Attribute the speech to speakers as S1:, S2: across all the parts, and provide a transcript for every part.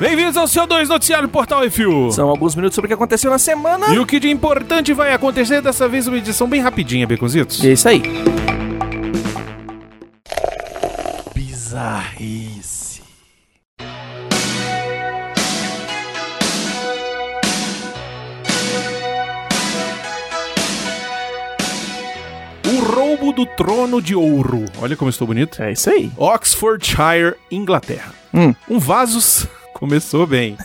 S1: Bem-vindos ao seu 2 Noticiário Portal Refil.
S2: São alguns minutos sobre o que aconteceu na semana.
S1: E o que de importante vai acontecer dessa vez uma edição bem rapidinha, Beconzitos.
S2: E é isso aí.
S3: Bizarrice.
S1: O roubo do trono de ouro. Olha como eu estou bonito.
S2: É isso aí.
S1: Oxfordshire, Inglaterra.
S2: Hum.
S1: Um vaso. s- Começou bem.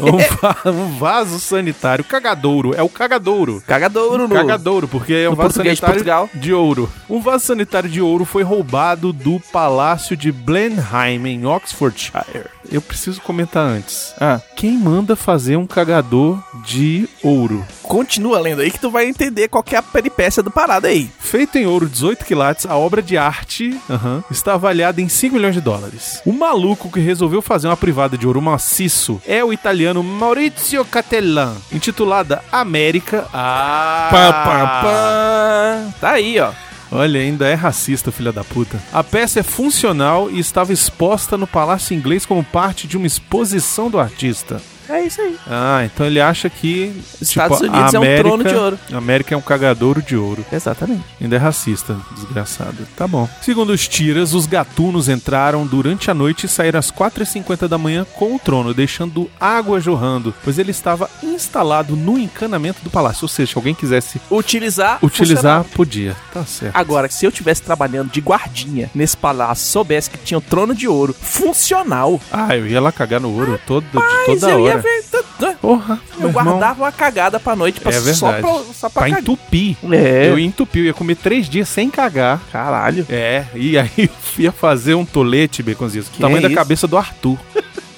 S1: um, va- um vaso sanitário. Cagadouro. É o cagadouro.
S2: Cagadouro no...
S1: Cagadouro, porque é um
S2: no
S1: vaso
S2: português de
S1: sanitário
S2: Portugal.
S1: de ouro. Um vaso sanitário de ouro foi roubado do Palácio de Blenheim, em Oxfordshire. Eu preciso comentar antes.
S2: Ah,
S1: Quem manda fazer um cagador de ouro?
S2: continua lendo aí que tu vai entender qual que é a peripécia do parada aí.
S1: Feito em ouro 18 quilates, a obra de arte aham, está avaliada em 5 milhões de dólares. O maluco que resolveu fazer uma privada de ouro maciço é o italiano Maurizio Catellan, intitulada América. Ah!
S2: Tá aí, ó.
S1: Olha, ainda é racista, filha da puta. A peça é funcional e estava exposta no Palácio Inglês como parte de uma exposição do artista.
S2: É isso aí.
S1: Ah, então ele acha que. tipo,
S2: Estados Unidos é um trono de ouro.
S1: A América é um cagadouro de ouro.
S2: Exatamente.
S1: Ainda é racista, desgraçado. Tá bom. Segundo os tiras, os gatunos entraram durante a noite e saíram às 4h50 da manhã com o trono, deixando água jorrando, pois ele estava instalado no encanamento do palácio. Ou seja, se alguém quisesse
S2: Utilizar...
S1: utilizar, podia. Tá certo.
S2: Agora, se eu tivesse trabalhando de guardinha nesse palácio, soubesse que tinha um trono de ouro funcional,
S1: Ah, eu ia lá cagar no ouro todo, de
S2: mas
S1: toda
S2: eu
S1: hora.
S2: ia ver. t- t-
S1: Porra, meu
S2: Eu
S1: irmão,
S2: guardava uma cagada pra noite pra,
S1: É
S2: só
S1: verdade.
S2: pra, só pra
S1: pra
S2: cagar.
S1: entupir.
S2: É.
S1: Eu ia entupir, eu ia comer três dias sem cagar.
S2: Caralho.
S1: É, e aí eu ia fazer um tolete, Beconzitos, do
S2: Que
S1: tamanho
S2: é
S1: da
S2: isso?
S1: cabeça do Arthur.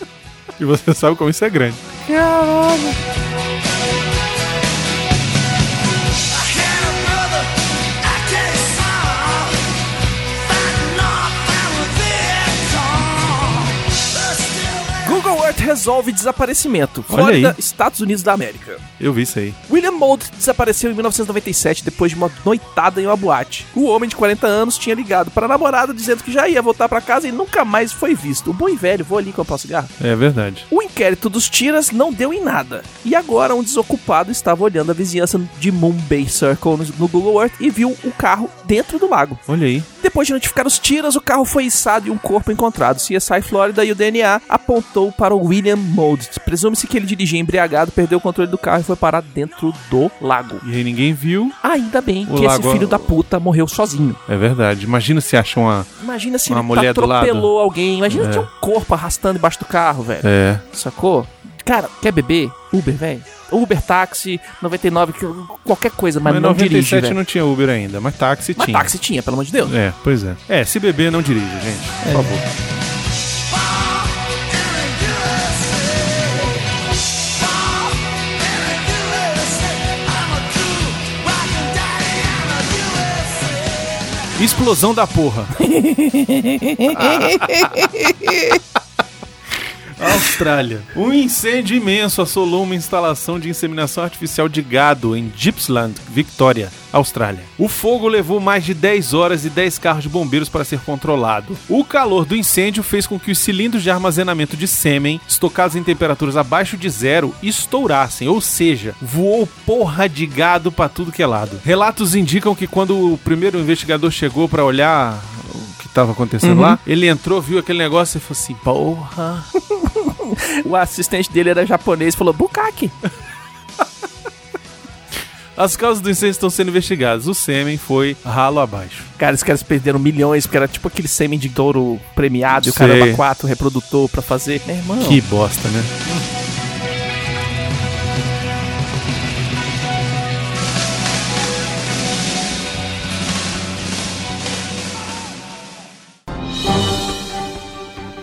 S1: e você sabe como isso é grande.
S2: Google Earth resolve desaparecimento.
S1: Olha
S2: Flórida,
S1: aí.
S2: Estados Unidos da América.
S1: Eu vi isso aí.
S2: William Mould desapareceu em 1997 depois de uma noitada em uma boate. O homem de 40 anos tinha ligado para a namorada dizendo que já ia voltar para casa e nunca mais foi visto. O bom e velho, vou ali comprar um cigarro.
S1: É verdade.
S2: O inquérito dos tiras não deu em nada. E agora um desocupado estava olhando a vizinhança de Moon Bay Circle no- no Google Earth e viu o carro dentro do lago.
S1: Olha aí.
S2: Depois de notificar os tiras, o carro foi içado e um corpo encontrado. CSI Florida e o DNA apontou para o William Mould. Presume-se que ele dirigia embriagado, perdeu o controle do carro e foi parar dentro do lago.
S1: E aí ninguém viu.
S2: Ainda bem
S1: O
S2: que
S1: lago-
S2: esse filho da puta morreu sozinho.
S1: É verdade. Imagina se acham uma.
S2: Imagina se
S1: Uma
S2: ele
S1: mulher do lado.
S2: atropelou alguém. Imagina se
S1: É.
S2: tinha um corpo arrastando embaixo do carro, velho.
S1: É.
S2: Sacou? Cara, quer beber? Uber, velho. Uber, táxi, 99, que- qualquer coisa, mas,
S1: Mas, em
S2: não dirige,
S1: 97
S2: velho.
S1: não tinha Uber ainda, mas táxi
S2: Mas
S1: tinha.
S2: táxi tinha, pelo amor de Deus.
S1: É, pois é. É, se beber não dirige, gente. Por favor.
S4: Oh,
S1: Explosão da porra. Austrália. Um incêndio imenso assolou uma instalação de inseminação artificial de gado em Gippsland, Victoria, Austrália. O fogo levou mais de 10 horas e 10 carros de bombeiros para ser controlado. O calor do incêndio fez com que os cilindros de armazenamento de sêmen, estocados em temperaturas abaixo de zero, estourassem, ou seja, voou porra de gado para tudo que é lado. Relatos indicam que quando o primeiro investigador chegou para olhar o que estava acontecendo lá, ele entrou, viu aquele negócio e falou assim: porra.
S2: O assistente dele era japonês e falou, Bukaki.
S1: As causas do incêndio estão sendo investigadas. O sêmen foi ralo abaixo.
S2: Cara, esses caras perderam milhões, porque era tipo aquele sêmen de touro premiado e o
S1: Sei.
S2: caramba quatro reprodutor pra fazer. Meu irmão.
S1: Que bosta, né?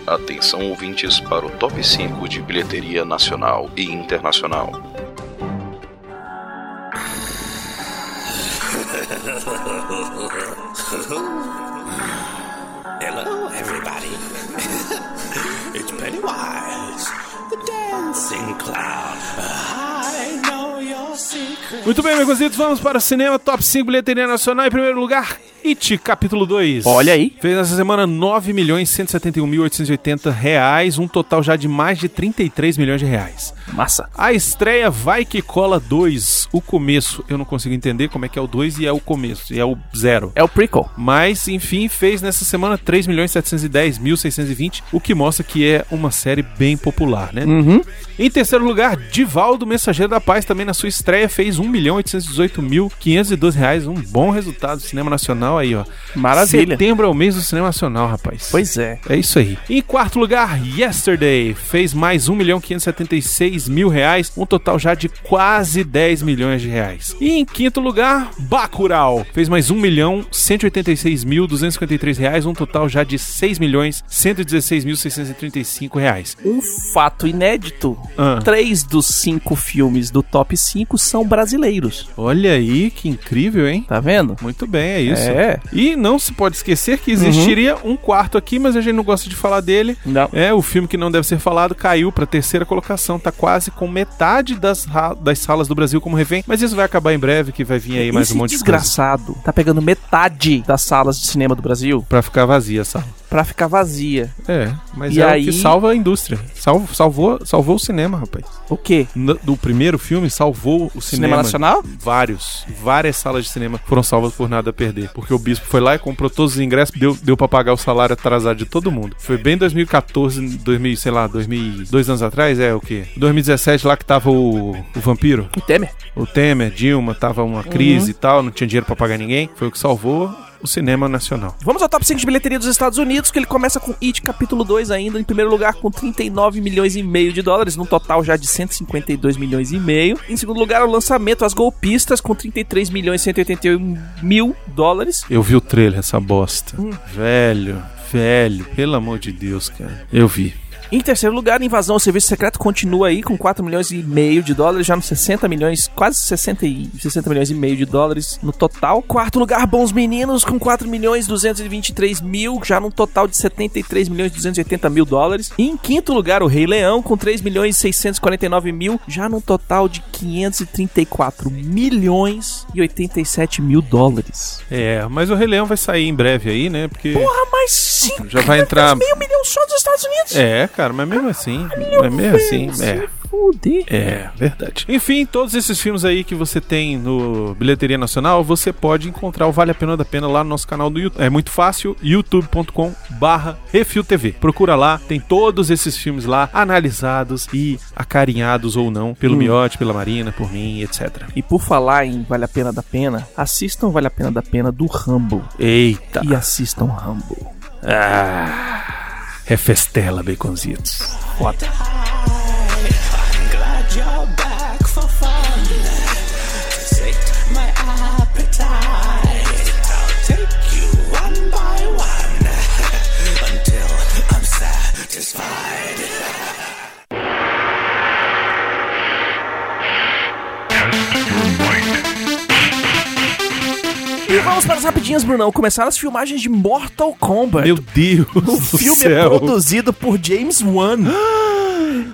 S3: Atenção ouvintes para o top 5 de bilheteria nacional e internacional.
S4: Hello, everybody. it's Pennywise, the dancing clown. I know your secret.
S1: Muito bem, meus cozidos, vamos para o cinema. Top 5 bilheteria nacional. Em primeiro lugar, It, capítulo 2.
S2: Olha aí.
S1: Fez essa semana 9 milhões 171.880 reais, um total já de mais de 33 milhões de reais.
S2: Massa.
S1: A estreia Vai Que Cola 2, o começo. Eu não consigo entender como é que é o 2 e é o começo, e é o zero.
S2: É o prequel.
S1: Mas, enfim, fez nessa semana 3.710.620, o que mostra que é uma série bem popular, né?
S2: Uhum.
S1: Em terceiro lugar, Divaldo Mensageiro da Paz, também na sua estreia, fez 1.818.512 reais, um bom resultado do cinema nacional aí, ó.
S2: Maravilha.
S1: Setembro é o mês do cinema nacional, rapaz.
S2: Pois é.
S1: É isso aí. Em quarto lugar, Yesterday fez mais 1 milhão 576 mil reais, um total já de quase 10 milhões de reais. E em quinto lugar, Bacurau fez mais 1 milhão 186 mil 253 reais, um total já de 6 milhões 116 mil 635 reais.
S2: Um fato inédito:
S1: Ah.
S2: três dos cinco filmes do top 5 são brasileiros.
S1: Olha aí, que incrível, hein?
S2: Tá vendo?
S1: Muito bem, é isso.
S2: É.
S1: E não se pode esquecer que existiria um quarto aqui, mas a gente não gosta de falar dele.
S2: Não.
S1: É, o filme que não deve ser falado caiu pra terceira colocação, tá quase com metade das, ra- das salas do Brasil como refém, mas isso vai acabar em breve, que vai vir aí mais
S2: Esse
S1: um monte de
S2: desgraçado tá pegando metade das salas de cinema do Brasil
S1: coisa. Pra ficar vazia a sala.
S2: pra ficar vazia.
S1: É, mas
S2: E
S1: é o
S2: aí-
S1: que salva a indústria. Salvo, salvou, salvou o cinema, rapaz.
S2: O quê?
S1: No- do primeiro filme, salvou o cinema.
S2: Cinema Nacional?
S1: Vários. Várias salas de cinema foram salvas por nada a perder. Porque o bispo foi lá e comprou todos os ingressos, deu, deu pra pagar o salário atrasado de todo mundo. Foi bem 2014, 2000, sei lá, 2000, dois anos atrás, é o quê? 2017 lá que tava o, o vampiro,
S2: O Temer?
S1: o Temer, Dilma, tava uma crise e tal, não tinha dinheiro pra pagar ninguém. Foi o que salvou o cinema nacional.
S2: Vamos ao top 5 de bilheteria dos Estados Unidos, que ele começa com It capítulo 2 ainda, em primeiro lugar com 39 milhões e meio de dólares, num total já de 152 milhões e meio. Em segundo lugar, o lançamento As Golpistas, com 33 milhões e 181 mil dólares.
S1: Eu vi o trailer, essa bosta. Velho, velho, pelo amor de Deus, cara. Eu vi.
S2: Em terceiro lugar, Invasão ao Serviço Secreto continua aí com 4 milhões e meio de dólares, já nos 60 milhões, quase 60, e, 60 milhões e meio de dólares no total. Quarto lugar, Bons Meninos com 4 milhões e 223 mil, já num total de 73 milhões e 280 mil dólares. E em quinto lugar, o Rei Leão com 3 milhões e 649 mil, já num total de 534 milhões e 87 mil dólares.
S1: É, mas o Rei Leão vai sair em breve aí, né? Porque.
S2: Porra, mais 5
S1: Já vai entrar.
S2: é meio milhão só dos Estados Unidos.
S1: É, cara, mas mesmo assim. É mesmo assim.
S2: Se
S1: É.
S2: fuder.
S1: É, verdade. Enfim, todos esses filmes aí que você tem no Bilheteria Nacional, você pode encontrar o Vale a Pena da Pena lá no nosso canal do YouTube. É muito fácil, youtube.com barra RefilTV. Procura lá, tem todos esses filmes lá, analisados e acarinhados ou não,
S2: Hum.
S1: pelo Miotti, pela Marina, por mim, etc.
S2: E por falar em Vale a Pena da Pena, assistam Vale a Pena da Pena do Rambo.
S1: Eita,
S2: E assistam Rambo.
S1: refestela, Ah, é baconzitos.
S4: I'm glad you're back for fun. Sate my appetite. I'll take you one by one until I'm satisfied.
S2: E vamos para as rapidinhas, Brunão. Começaram as filmagens de Mortal Kombat.
S1: Meu Deus
S2: o
S1: do
S2: filme é
S1: céu.
S2: produzido por James Wan.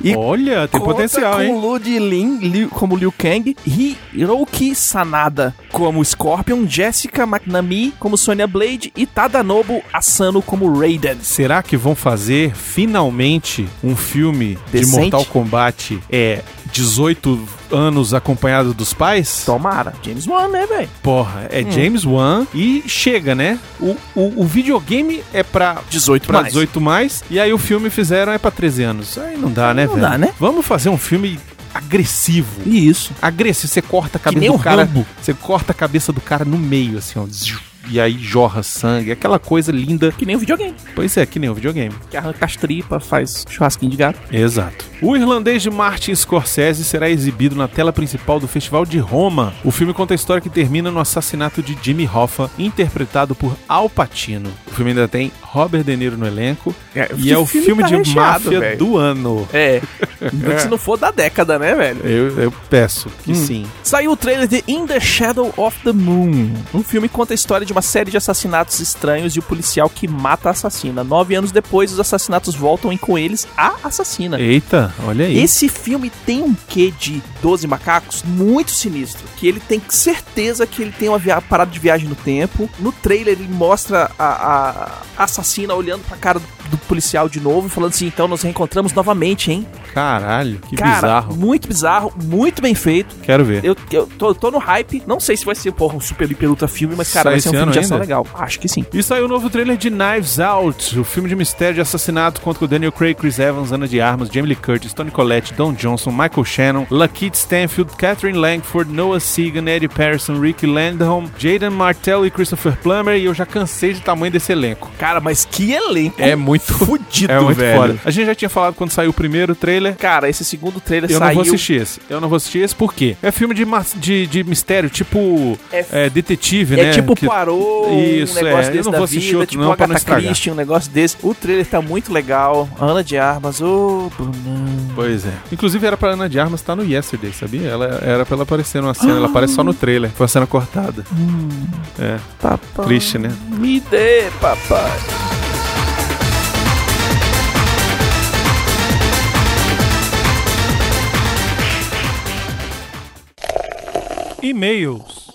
S2: E
S1: Olha, tem
S2: Conta
S1: potencial,
S2: com
S1: hein?
S2: Lud Lin Liu- como Liu Kang, Hiroki Sanada como Scorpion, Jessica McNamee como Sonya Blade e Tadanobu Asano como Raiden.
S1: Será que vão fazer finalmente um filme de
S2: Decente?
S1: Mortal Kombat é 18 anos acompanhado dos pais?
S2: Tomara. James Wan, né, velho?
S1: Porra, é
S2: Hum.
S1: James Wan e chega, né? O, o, o videogame é pra
S2: 18
S1: pra
S2: mais.
S1: 18 mais e aí o filme fizeram é pra 13 anos. Aí não dá, né,
S2: Não
S1: velho?
S2: dá, né?
S1: Vamos fazer um filme agressivo.
S2: Isso.
S1: Agressivo, você corta a cabeça
S2: nem
S1: do
S2: o
S1: cara.
S2: Rambo.
S1: Você corta a cabeça do cara no meio assim, ó. Ziu. E aí jorra sangue, aquela coisa linda.
S2: Que nem o videogame.
S1: Pois é, que nem o videogame.
S2: que arranca as tripas, faz churrasquinho de gato.
S1: Exato. O irlandês de Martin Scorsese será exibido na tela principal do Festival de Roma. O filme conta a história que termina no assassinato de Jimmy Hoffa, interpretado por Al Pacino. O filme ainda tem Robert De Niro no elenco
S2: É,
S1: e é o filme, de máfia do ano.
S2: É, Se não for da década, né, velho?
S1: Eu, eu peço
S2: Hum.
S1: que sim.
S2: Saiu o trailer de In the Shadow of the Moon. Um filme que conta a história de uma série de assassinatos estranhos e o policial que mata a assassina. Nove anos depois, os assassinatos voltam e com eles a assassina.
S1: Eita, olha aí.
S2: Esse filme tem um quê de 12 macacos muito sinistro. Que ele tem certeza que ele tem uma via- parada de viagem no tempo. No trailer ele mostra a, a assassina olhando pra cara do, do policial de novo e falando assim: então nos reencontramos novamente, hein?
S1: Caralho, que
S2: cara,
S1: bizarro. É.
S2: muito bizarro, muito bem feito.
S1: Quero ver.
S2: Eu, eu tô, tô no hype. Não sei se vai ser porra, um super hiper ultra filme, mas cara,
S1: Sai
S2: vai ser um
S1: esse
S2: filme de
S1: ano
S2: ação
S1: ainda?
S2: legal. Acho que sim.
S1: E saiu o novo trailer de Knives Out, o filme de mistério de assassinato contra o Daniel Craig, Chris Evans, Ana de Armas, Jamie Lee Curtis, Tony Collette, Don Johnson, Michael Shannon, Lakeith Stanfield, Catherine Langford, Noah Segan, Eddie Patterson, Ricky Landholm, Jaden Martell e Christopher Plummer, e eu já cansei do tamanho desse elenco.
S2: Cara, mas que elenco.
S1: É muito
S2: fudido,
S1: É muito
S2: velho.
S1: foda. A gente já tinha falado quando saiu o primeiro trailer,
S2: Cara, esse segundo trailer
S1: Eu não
S2: saiu.
S1: vou assistir esse. Eu não vou assistir esse por quê? É filme de, mas- de, de mistério, tipo
S2: É-
S1: é, detetive,
S2: É
S1: né?
S2: tipo
S1: Que-
S2: Poirot,
S1: Isso,
S2: um negócio
S1: é.
S2: desse
S1: Eu não
S2: da
S1: vou assistir
S2: vida,
S1: outro
S2: tipo
S1: não, pra não
S2: Agatha
S1: estragar.
S2: Christie, um negócio desse. O trailer tá muito legal. Ana de Armas, ô Brunão.
S1: Pois é. Inclusive era pra Ana de Armas estar no Yesterday, sabia? Ela era pra ela aparecer numa cena, ela aparece só no trailer. Foi uma cena cortada. É,
S2: Papai.
S1: triste, né?
S2: Me dê, papai.
S1: E-mails.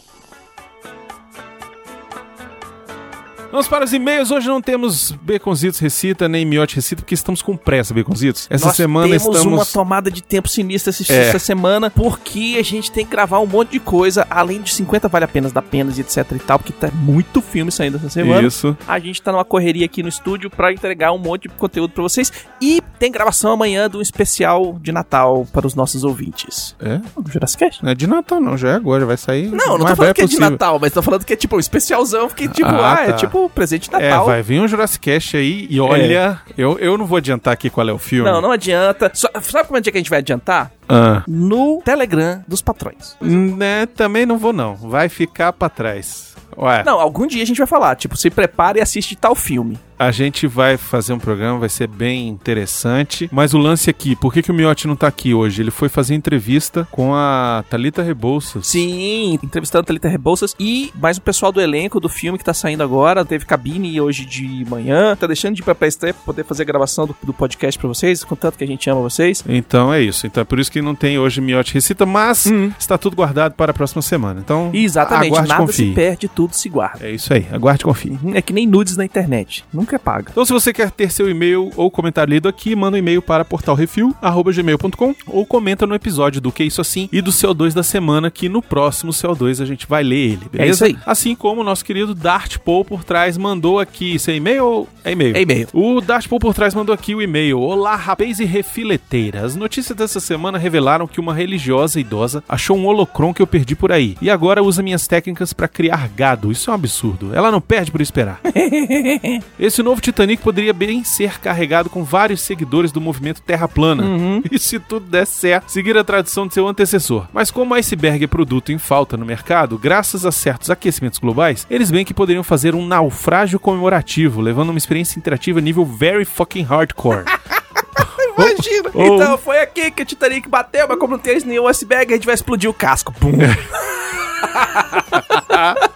S1: Vamos para os e-mails. Hoje não temos Beconzitos Recita, nem Miote Recita, porque estamos com pressa, Beconzitos. Essa
S2: Nós
S1: semana
S2: temos
S1: estamos...
S2: uma tomada de tempo sinistra essa,
S1: É.
S2: essa semana, porque a gente tem que gravar um monte de coisa, além de 50 vale a pena da penas e etc e tal, porque tá muito filme saindo essa semana.
S1: Isso.
S2: A gente tá numa correria aqui no estúdio pra entregar um monte de conteúdo pra vocês e tem gravação amanhã de um especial de Natal para os nossos ouvintes.
S1: É?
S2: Jurassic Cast?
S1: Não é de Natal, não. Já é agora, já vai sair. o
S2: Não, não
S1: mais
S2: tô falando
S1: breve
S2: que é de
S1: possível.
S2: Natal, mas tô falando que é tipo um especialzão, que tipo, ah,
S1: Ah,
S2: é
S1: tá.
S2: tipo um presente de
S1: É,
S2: Natal.
S1: vai vir um Jurassic Cast aí e olha, eu, eu não vou adiantar aqui qual é o filme.
S2: Não, não adianta. Só- sabe como é que a gente vai adiantar?
S1: Ah.
S2: No Telegram dos patrões.
S1: Né, também não vou não. Vai ficar pra trás. Ué,
S2: Não, algum dia a gente vai falar, tipo, se prepara e assiste tal filme.
S1: a gente vai fazer um programa, vai ser bem interessante. Mas o lance aqui, por que, que o Miotti não tá aqui hoje? Ele foi fazer entrevista com a Thalita Rebouças.
S2: Sim, entrevistando a Thalita Rebouças e mais o pessoal do elenco do filme que tá saindo agora. Teve cabine hoje de manhã. Tá deixando de ir pra pré pra poder fazer a gravação do, do podcast pra vocês, contanto que a gente ama vocês.
S1: Então é isso. Então é por isso que não tem hoje Miotti Recita, mas
S2: Uhum.
S1: está tudo guardado para a próxima semana. Então,
S2: Exatamente,
S1: aguarde e
S2: nada
S1: confie.
S2: se perde, tudo se guarda.
S1: É isso aí, aguarde e confie.
S2: Uhum, É que nem nudes na internet, nunca é paga.
S1: Então, se você quer ter seu e-mail ou comentário lido aqui, manda um e-mail para portalrefil.gmail.com ou comenta no episódio do Que Isso Assim e do CO2 da semana, que no próximo CO2 a gente vai ler ele, beleza?
S2: É isso aí.
S1: Assim como o nosso querido Dart Paul por trás mandou aqui. Isso é e-mail ou é e-mail?
S2: É e-mail.
S1: O Dart Paul por trás mandou aqui o e-mail. Olá, rapaz e refileteira. As notícias dessa semana revelaram que uma religiosa idosa achou um holocron que eu perdi por aí. E agora usa minhas técnicas pra criar gado. Isso é um absurdo. Ela não perde por esperar. Esse novo Titanic poderia bem ser carregado com vários seguidores do movimento Terra Plana. E se tudo der certo, seguir a tradição de seu antecessor. Mas como o iceberg é produto em falta no mercado, graças a certos aquecimentos globais, eles bem que poderiam fazer um naufrágio comemorativo, levando uma experiência interativa nível very fucking hardcore.
S2: Imagina!
S1: Ou-
S2: Então, foi aqui que o Titanic bateu, mas como não tem nenhum iceberg, a gente vai explodir o casco. Pum!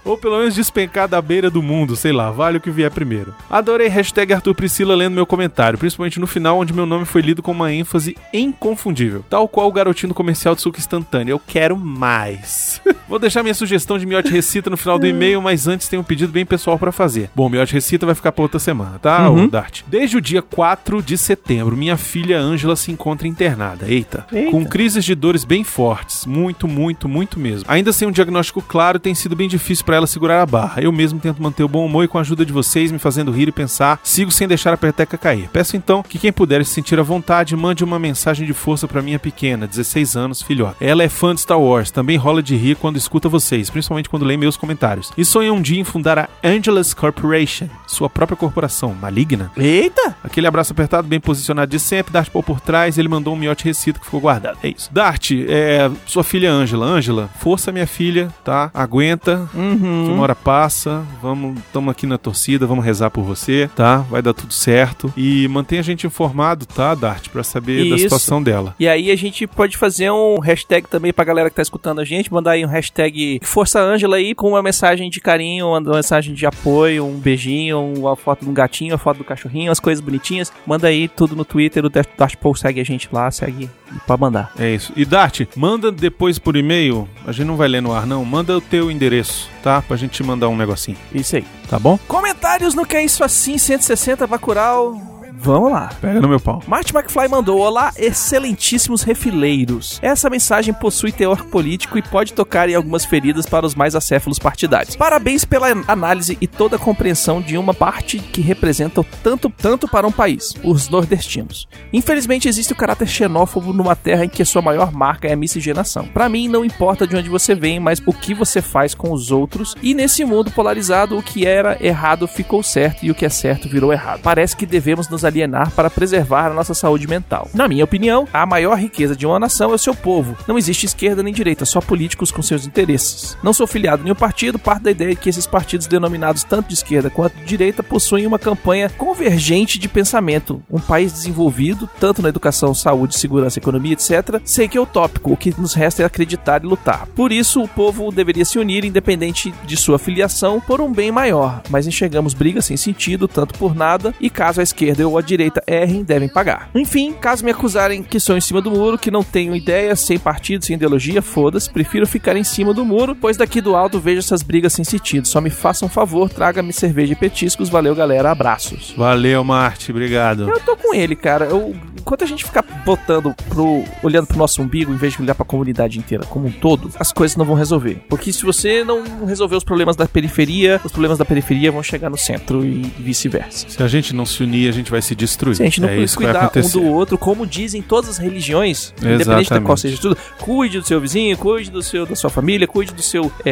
S1: Ou pelo menos despencar da beira do mundo, sei lá, vale o que vier primeiro. Adorei hashtag Arthur Priscila lendo meu comentário, principalmente no final, onde meu nome foi lido com uma ênfase inconfundível. Tal qual o garotinho do comercial de suco instantâneo. Eu quero mais. Vou deixar minha sugestão de Miote Recita no final do e-mail, mas antes tem um pedido bem pessoal pra fazer. Bom, Miote Recita vai ficar pra outra semana, tá, ô Dart? Desde o dia 4 de setembro, minha filha Ângela se encontra internada. Eita.
S2: Eita.
S1: Com crises de dores bem fortes, muito, muito, muito mesmo. Ainda sem um diagnóstico claro, tem sido bem difícil pra ela segurar a barra. Eu mesmo tento manter o bom humor e com a ajuda de vocês, me fazendo rir e pensar, sigo sem deixar a peteca cair. Peço então que quem puder se sentir à vontade, mande uma mensagem de força pra minha pequena, 16 anos, filhota. Ela é fã de Star Wars, também rola de rir quando escuta vocês, principalmente quando lê meus comentários. E sonha um dia em fundar a Angelus Corporation, sua própria corporação maligna.
S2: Eita!
S1: Aquele abraço apertado, bem posicionado de sempre. Dart Paul por trás, ele mandou um miote recito que ficou guardado. É isso. Dart, é, sua filha Ângela. Ângela, força minha filha, tá? Aguenta. Que uma hora passa, vamos, estamos aqui na torcida, vamos rezar por você, tá? Vai dar tudo certo. E mantenha a gente informado, tá, Dart, pra saber da
S2: Isso.
S1: situação dela.
S2: E aí a gente pode fazer um hashtag também pra galera que tá escutando a gente, mandar aí um hashtag Força Ângela aí com uma mensagem de carinho, uma mensagem de apoio, um beijinho, uma foto de um gatinho, uma foto do cachorrinho, as coisas bonitinhas. Manda aí tudo no Twitter, o Dash- Dash Paul segue a gente lá, segue pra mandar.
S1: É isso. E Dart, manda depois por e-mail, a gente não vai ler no ar não, manda o teu endereço, tá? Pra gente te mandar um negocinho,
S2: É Isso aí.
S1: tá bom?
S2: Comentários no Que É Isso Assim, 160 Bacurau. Vamos lá.
S1: Pega no meu pau.
S2: Marty McFly mandou: Olá, excelentíssimos refileiros. Essa mensagem possui teor político e pode tocar em algumas feridas para os mais acéfalos partidários. Parabéns pela análise e toda a compreensão de uma parte que representa o tanto tanto para um país, os nordestinos. Infelizmente existe o caráter xenófobo numa terra em que sua maior marca é a miscigenação. Para mim não importa de onde você vem, mas o que você faz com os outros. E nesse mundo polarizado, o que era errado ficou certo e o que é certo virou errado. Parece que devemos nos alienar para preservar a nossa saúde mental. Na minha opinião, a maior riqueza de uma nação é o seu povo. Não existe esquerda nem direita, só políticos com seus interesses. Não sou filiado em nenhum partido, parte da ideia de que esses partidos denominados tanto de esquerda quanto de direita possuem uma campanha convergente de pensamento. Um país desenvolvido, tanto na educação, saúde, segurança, economia, etc., sei que é utópico. O que nos resta é acreditar e lutar. Por isso, o povo deveria se unir, independente de sua filiação, por um bem maior. Mas enxergamos brigas sem sentido, tanto por nada, e caso a esquerda ou a direita errem, devem pagar. Enfim, caso me acusarem que sou em cima do muro, que não tenho ideia, sem partido, sem ideologia, foda-se, prefiro ficar em cima do muro, pois daqui do alto vejo essas brigas sem sentido. Só me faça um favor, traga-me cerveja e petiscos. Valeu, galera. Abraços.
S1: Valeu, Marte, obrigado.
S2: Eu tô com ele, cara. Eu, enquanto a gente ficar botando pro. olhando pro nosso umbigo em vez de olhar pra comunidade inteira como um todo, as coisas não vão resolver. Porque se você não resolver os problemas da periferia, os problemas da periferia vão chegar no centro e vice-versa.
S1: Se a gente não se unir, a gente vai se destruir.
S2: Se a gente não
S1: é
S2: cuida-
S1: isso que vai
S2: cuidar um
S1: acontecer.
S2: do outro, como dizem todas as religiões, independente da
S1: Exatamente.
S2: qual seja tudo, cuide do seu vizinho, cuide do seu, da sua família, cuide do seu, é,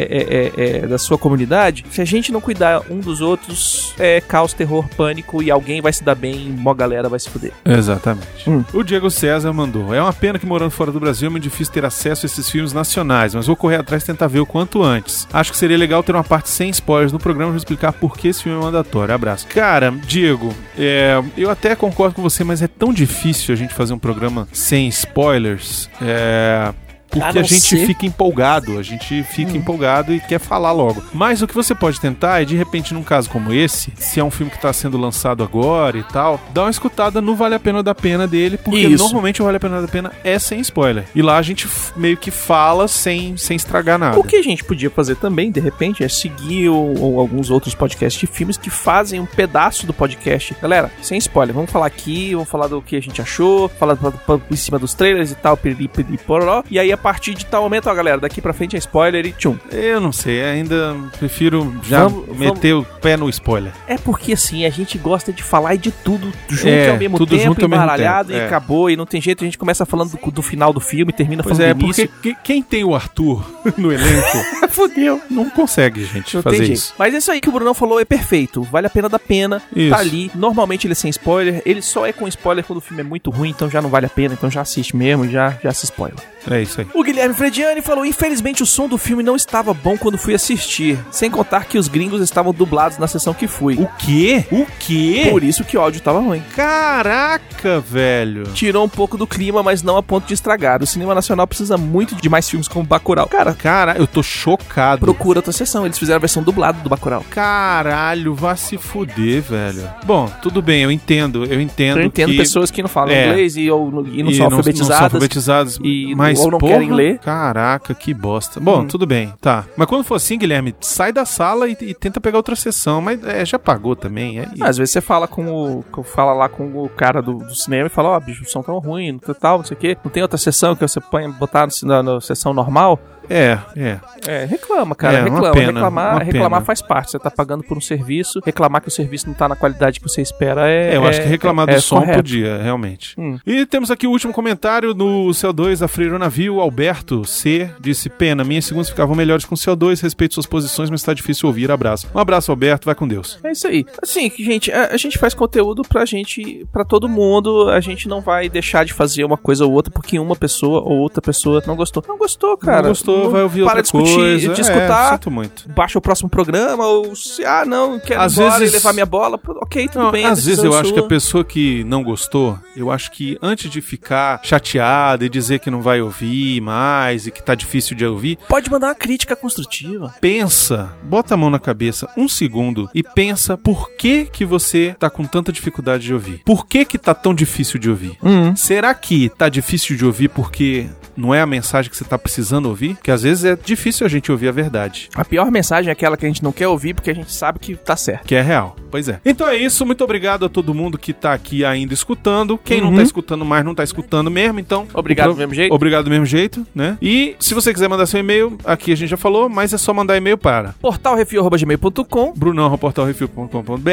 S2: é, é, é, da sua comunidade. Se a gente não cuidar um dos outros, é caos, terror, pânico e alguém vai se dar bem, mó galera vai se fuder.
S1: Exatamente.
S2: Hum.
S1: O Diego César mandou. É uma pena que morando fora do Brasil é muito difícil ter acesso a esses filmes nacionais, mas vou correr atrás e tentar ver o quanto antes. Acho que seria legal ter uma parte sem spoilers no programa para explicar por que esse filme é mandatório. Abraço. Cara, Diego, é, eu até concordo com você, mas é tão difícil a gente fazer um programa sem spoilers. É,
S2: A
S1: Porque
S2: não
S1: a gente
S2: ser-
S1: fica empolgado, a gente
S2: Hum.
S1: fica empolgado e quer falar logo. Mas o que você pode tentar é, de repente, num caso como esse, se é um filme que está sendo lançado agora e tal, dá uma escutada no Vale a Pena da Pena dele, porque
S2: Isso.
S1: normalmente o Vale a Pena da Pena é sem spoiler. E lá a gente f- meio que fala sem, sem estragar nada.
S2: O que a gente podia fazer também, de repente, é seguir ou, ou alguns outros podcasts de filmes que fazem um pedaço do podcast. Galera, sem spoiler, vamos falar aqui, vamos falar do que a gente achou, falar do- do- em cima dos trailers e tal, piriri, piriri, pororó. E aí, a partir de tal momento, ó, galera, daqui pra frente é spoiler e tchum.
S1: Eu não sei, ainda prefiro já
S2: Vamos-
S1: meter o pé no spoiler.
S2: É porque, assim, a gente gosta de falar e de tudo junto
S1: É,
S2: ao mesmo
S1: tudo
S2: tempo,
S1: junto ao mesmo
S2: embaralhado,
S1: tempo,
S2: e
S1: é.
S2: acabou, e não tem jeito, a gente começa falando do, do final do filme, termina
S1: Pois
S2: falando
S1: é,
S2: do início.
S1: porque que- quem tem o Arthur no elenco
S2: Fudeu.
S1: não consegue, gente,
S2: Não
S1: fazer
S2: tem jeito.
S1: isso.
S2: Mas isso aí que o Brunão falou é perfeito. Vale a pena da pena.
S1: Isso.
S2: Tá ali. Normalmente ele é sem spoiler. Ele só é com spoiler quando o filme é muito ruim, então já não vale a pena. Então já assiste mesmo, já, já se spoiler.
S1: É isso aí.
S2: O Guilherme Frediani falou: infelizmente o som do filme não estava bom quando fui assistir. Sem contar que os gringos estavam dublados na sessão que fui.
S1: quê? O quê?
S2: Por isso que o áudio estava ruim.
S1: Caraca, velho.
S2: Tirou um pouco do clima, mas não a ponto de estragar. O cinema nacional precisa muito de mais filmes como Bacurau. Cara,
S1: Cara, eu tô chocado.
S2: procura outra sessão. Eles fizeram a versão dublada do Bacurau.
S1: Caralho, vá se fuder, velho. Bom, tudo bem, eu entendo, eu entendo.
S2: Eu entendo
S1: que...
S2: pessoas que não falam
S1: É.
S2: inglês e, ou, e não
S1: e não
S2: são
S1: são
S2: alfabetizadas.
S1: alfabetizadas,
S2: e-
S1: mas
S2: ou não
S1: porra,
S2: querem ler.
S1: Caraca, que bosta. Bom,
S2: Hum.
S1: tudo bem, tá. Mas quando for assim, Guilherme, sai da sala e, e tenta pegar outra sessão. Mas é, já pagou também. É,
S2: Ah, às vezes você fala com o. Fala lá com o cara do, do cinema e fala, ó, bicho, o som tão ruim, não tem tal, não sei o quê. Não tem outra sessão que você põe, botar no- na, na sessão normal.
S1: é, é.
S2: É, reclama, cara.
S1: É, uma
S2: reclama.
S1: pena, uma
S2: reclamar reclamar
S1: pena.
S2: faz parte. Você tá pagando por um serviço, reclamar que o serviço não tá na qualidade que você espera é.
S1: É, eu acho que reclamar do
S2: é
S1: som
S2: correto.
S1: podia, realmente.
S2: Hum.
S1: E temos aqui o último comentário no CO2 da Freiro Navio. Alberto C. disse: Pena, minhas segundas ficavam melhores com CO2, respeito suas posições, mas tá difícil ouvir. Abraço. Um abraço, Alberto, vai com Deus.
S2: É isso aí. Assim, que, gente, a, a gente faz conteúdo pra gente, pra todo mundo. A gente não vai deixar de fazer uma coisa ou outra porque uma pessoa ou outra pessoa não gostou. Não gostou, cara.
S1: Não gostou, pessoa vai ouvir
S2: para
S1: outra
S2: de discutir,
S1: coisa. É,
S2: de escutar.
S1: sinto muito.
S2: baixa o próximo programa, ou se, ah, não, quero
S1: Às
S2: ir embora
S1: vezes-
S2: e levar minha bola, pô, ok, tudo
S1: Não,
S2: bem. é
S1: às vezes
S2: decisão
S1: eu acho que
S2: sua.
S1: a pessoa que não gostou, eu acho que antes de ficar chateada e dizer que não vai ouvir mais e que tá difícil de ouvir,
S2: Pode mandar uma crítica construtiva.
S1: pensa, bota a mão na cabeça um segundo e pensa por que que você tá com tanta dificuldade de ouvir. Por que que tá tão difícil de ouvir? Será que tá difícil de ouvir porque não é a mensagem que você tá precisando ouvir? Porque às vezes é difícil a gente ouvir a verdade.
S2: A pior mensagem é aquela que a gente não quer ouvir porque a gente sabe que tá certo.
S1: Que é real. Pois é. Então é isso. Muito obrigado a todo mundo que tá aqui ainda escutando. Quem não
S2: Uhum.
S1: tá escutando mais, não tá escutando mesmo. Então.
S2: Obrigado do mesmo jeito.
S1: Obrigado do mesmo jeito, né? E se você quiser mandar seu e-mail, aqui a gente já falou, mas é só mandar e-mail para
S2: portalrefil.gmail.com,
S1: brunão.portalrefil.com.br.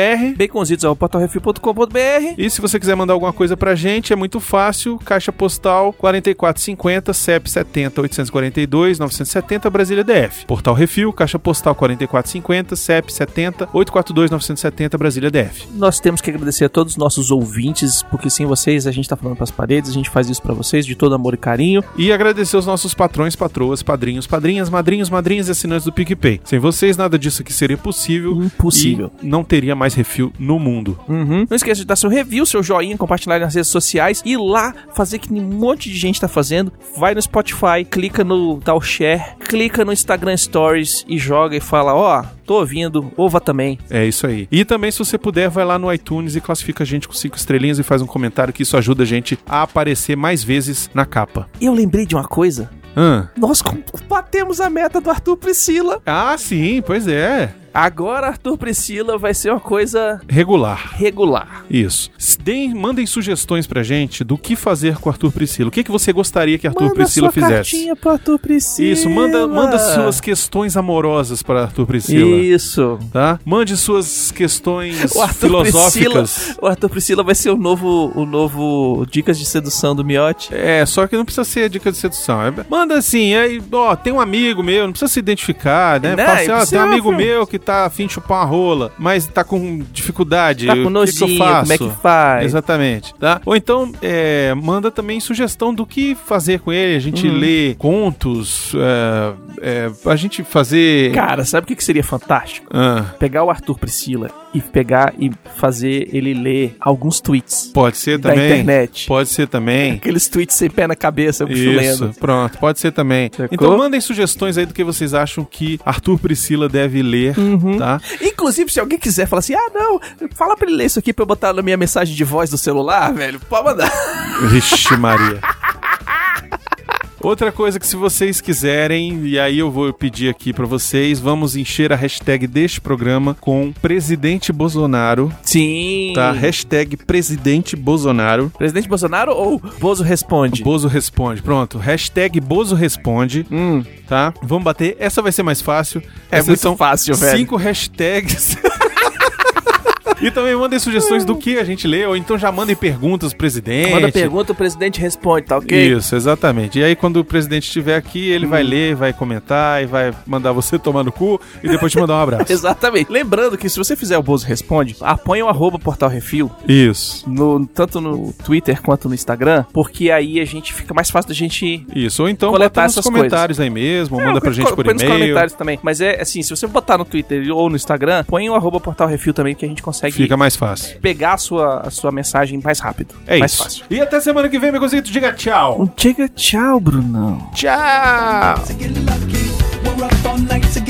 S2: baconzitos.portalrefil.com.br,
S1: E se você quiser mandar alguma coisa pra gente, é muito fácil. Caixa postal 4450 CEP 70 842 970 Brasília DF. Portal Refil, caixa postal 4450 CEP 70 842 970 Brasília DF.
S2: nós temos que agradecer a todos os nossos ouvintes, porque sem vocês a gente tá falando pras paredes, a gente faz isso pra vocês de todo amor e carinho.
S1: E agradecer os nossos patrões, patroas, padrinhos, padrinhas, madrinhos, madrinhas e assinantes do PicPay. Sem vocês, nada disso aqui seria possível.
S2: Impossível.
S1: E não teria mais refil no mundo.
S2: Uhum. Não esqueça de dar seu review, seu joinha, compartilhar nas redes sociais e lá fazer que um monte de gente tá fazendo. Vai no Spotify, clica no tal share, clica no Instagram Stories e joga e fala: Ó, tô ouvindo, ova também.
S1: É isso aí. E também, se você puder, vai lá no iTunes e classifica a gente com cinco estrelinhas e faz um comentário que isso ajuda a gente a aparecer mais vezes na capa.
S2: Eu lembrei de uma coisa:
S1: Hã?
S2: nós com- batemos a meta do Arthur Priscila.
S1: Ah, sim, pois é.
S2: Agora Arthur Priscila vai ser uma coisa
S1: Regular.
S2: regular.
S1: Isso. S- Deem, mandem sugestões pra gente do que fazer com o Arthur Priscila. O que, que você gostaria que Arthur
S2: Manda
S1: Priscila
S2: sua
S1: fizesse?
S2: cartinha pro Arthur Priscila.
S1: Isso, manda, manda suas questões amorosas pra Arthur Priscila.
S2: Isso.
S1: Tá? Mande suas questões
S2: O Arthur
S1: filosóficas.
S2: Priscila, o Arthur Priscila vai ser o novo, o novo Dicas de Sedução do Miotti.
S1: É, só que não precisa ser dica de sedução. É, manda assim, aí, ó, tem um amigo meu, não precisa se identificar, né?
S2: Né?
S1: Fala assim, ó,
S2: Você
S1: tem um
S2: é
S1: amigo
S2: uma-
S1: meu que tá afim de chupar uma rola, mas tá com dificuldade.
S2: Tá
S1: o
S2: com
S1: que que,
S2: nojinho,
S1: eu faço?
S2: como é que faz?
S1: Exatamente, tá? Ou então, é, manda também sugestão do que fazer com ele. A gente
S2: Hum.
S1: lê contos, é, é, a gente fazer...
S2: Cara, sabe o que que seria fantástico?
S1: Ah,
S2: Pegar o Arthur Priscila e pegar e fazer ele ler alguns tweets
S1: pode ser
S2: da
S1: também.
S2: internet.
S1: Pode ser também.
S2: Aqueles tweets sem pé na cabeça, um eu
S1: Isso,
S2: chulendo.
S1: pronto, pode ser também.
S2: Sacou?
S1: Então mandem sugestões aí do que vocês acham que Arthur Priscila deve ler,
S2: Uhum.
S1: tá?
S2: Inclusive, se alguém quiser falar assim, ah, não, fala pra ele ler isso aqui pra eu botar na minha mensagem de voz do celular, velho, pode mandar.
S1: Vixe Maria. Outra coisa que se vocês quiserem, e aí eu vou pedir aqui pra vocês, vamos encher a hashtag deste programa com Presidente Bolsonaro,
S2: Sim.
S1: tá? Hashtag Presidente Bolsonaro.
S2: Presidente Bolsonaro ou Bozo responde?
S1: Bozo responde, pronto. Hashtag Bozo responde,
S2: Hum,
S1: tá? Vamos bater. Essa vai ser mais fácil.
S2: é
S1: Essas
S2: muito
S1: são
S2: fácil, velho.
S1: Cinco hashtags. E também mandem sugestões do que a gente lê, ou então já mandem perguntas pro presidente.
S2: Manda pergunta, o presidente responde, tá ok? Hum.
S1: Isso, exatamente. E aí, quando o presidente estiver aqui, ele vai ler, vai comentar e vai mandar você tomar no cu e depois te mandar um abraço.
S2: Exatamente. Lembrando que se você fizer o Bozo Responde, apanha o arroba Portal Refil,
S1: Isso.
S2: no, tanto no Twitter quanto no Instagram, porque aí a gente fica mais fácil da gente...
S1: Isso. Ou então bota
S2: Coletar
S1: nos
S2: essas
S1: comentários aí mesmo, manda pra
S2: É,
S1: gente por
S2: põe nos
S1: e-mail.
S2: comentários também. Mas é assim, se você botar no Twitter ou no Instagram, põe o arroba Portal Refil também, que a gente consegue
S1: Fica mais fácil.
S2: pegar a sua, a sua mensagem mais rápido.
S1: É
S2: mais
S1: isso.
S2: fácil.
S1: E até semana que vem, meu cozido. Diga tchau.
S2: Chega, tchau, Brunão.
S1: Tchau.
S4: to get lucky. We're up all night to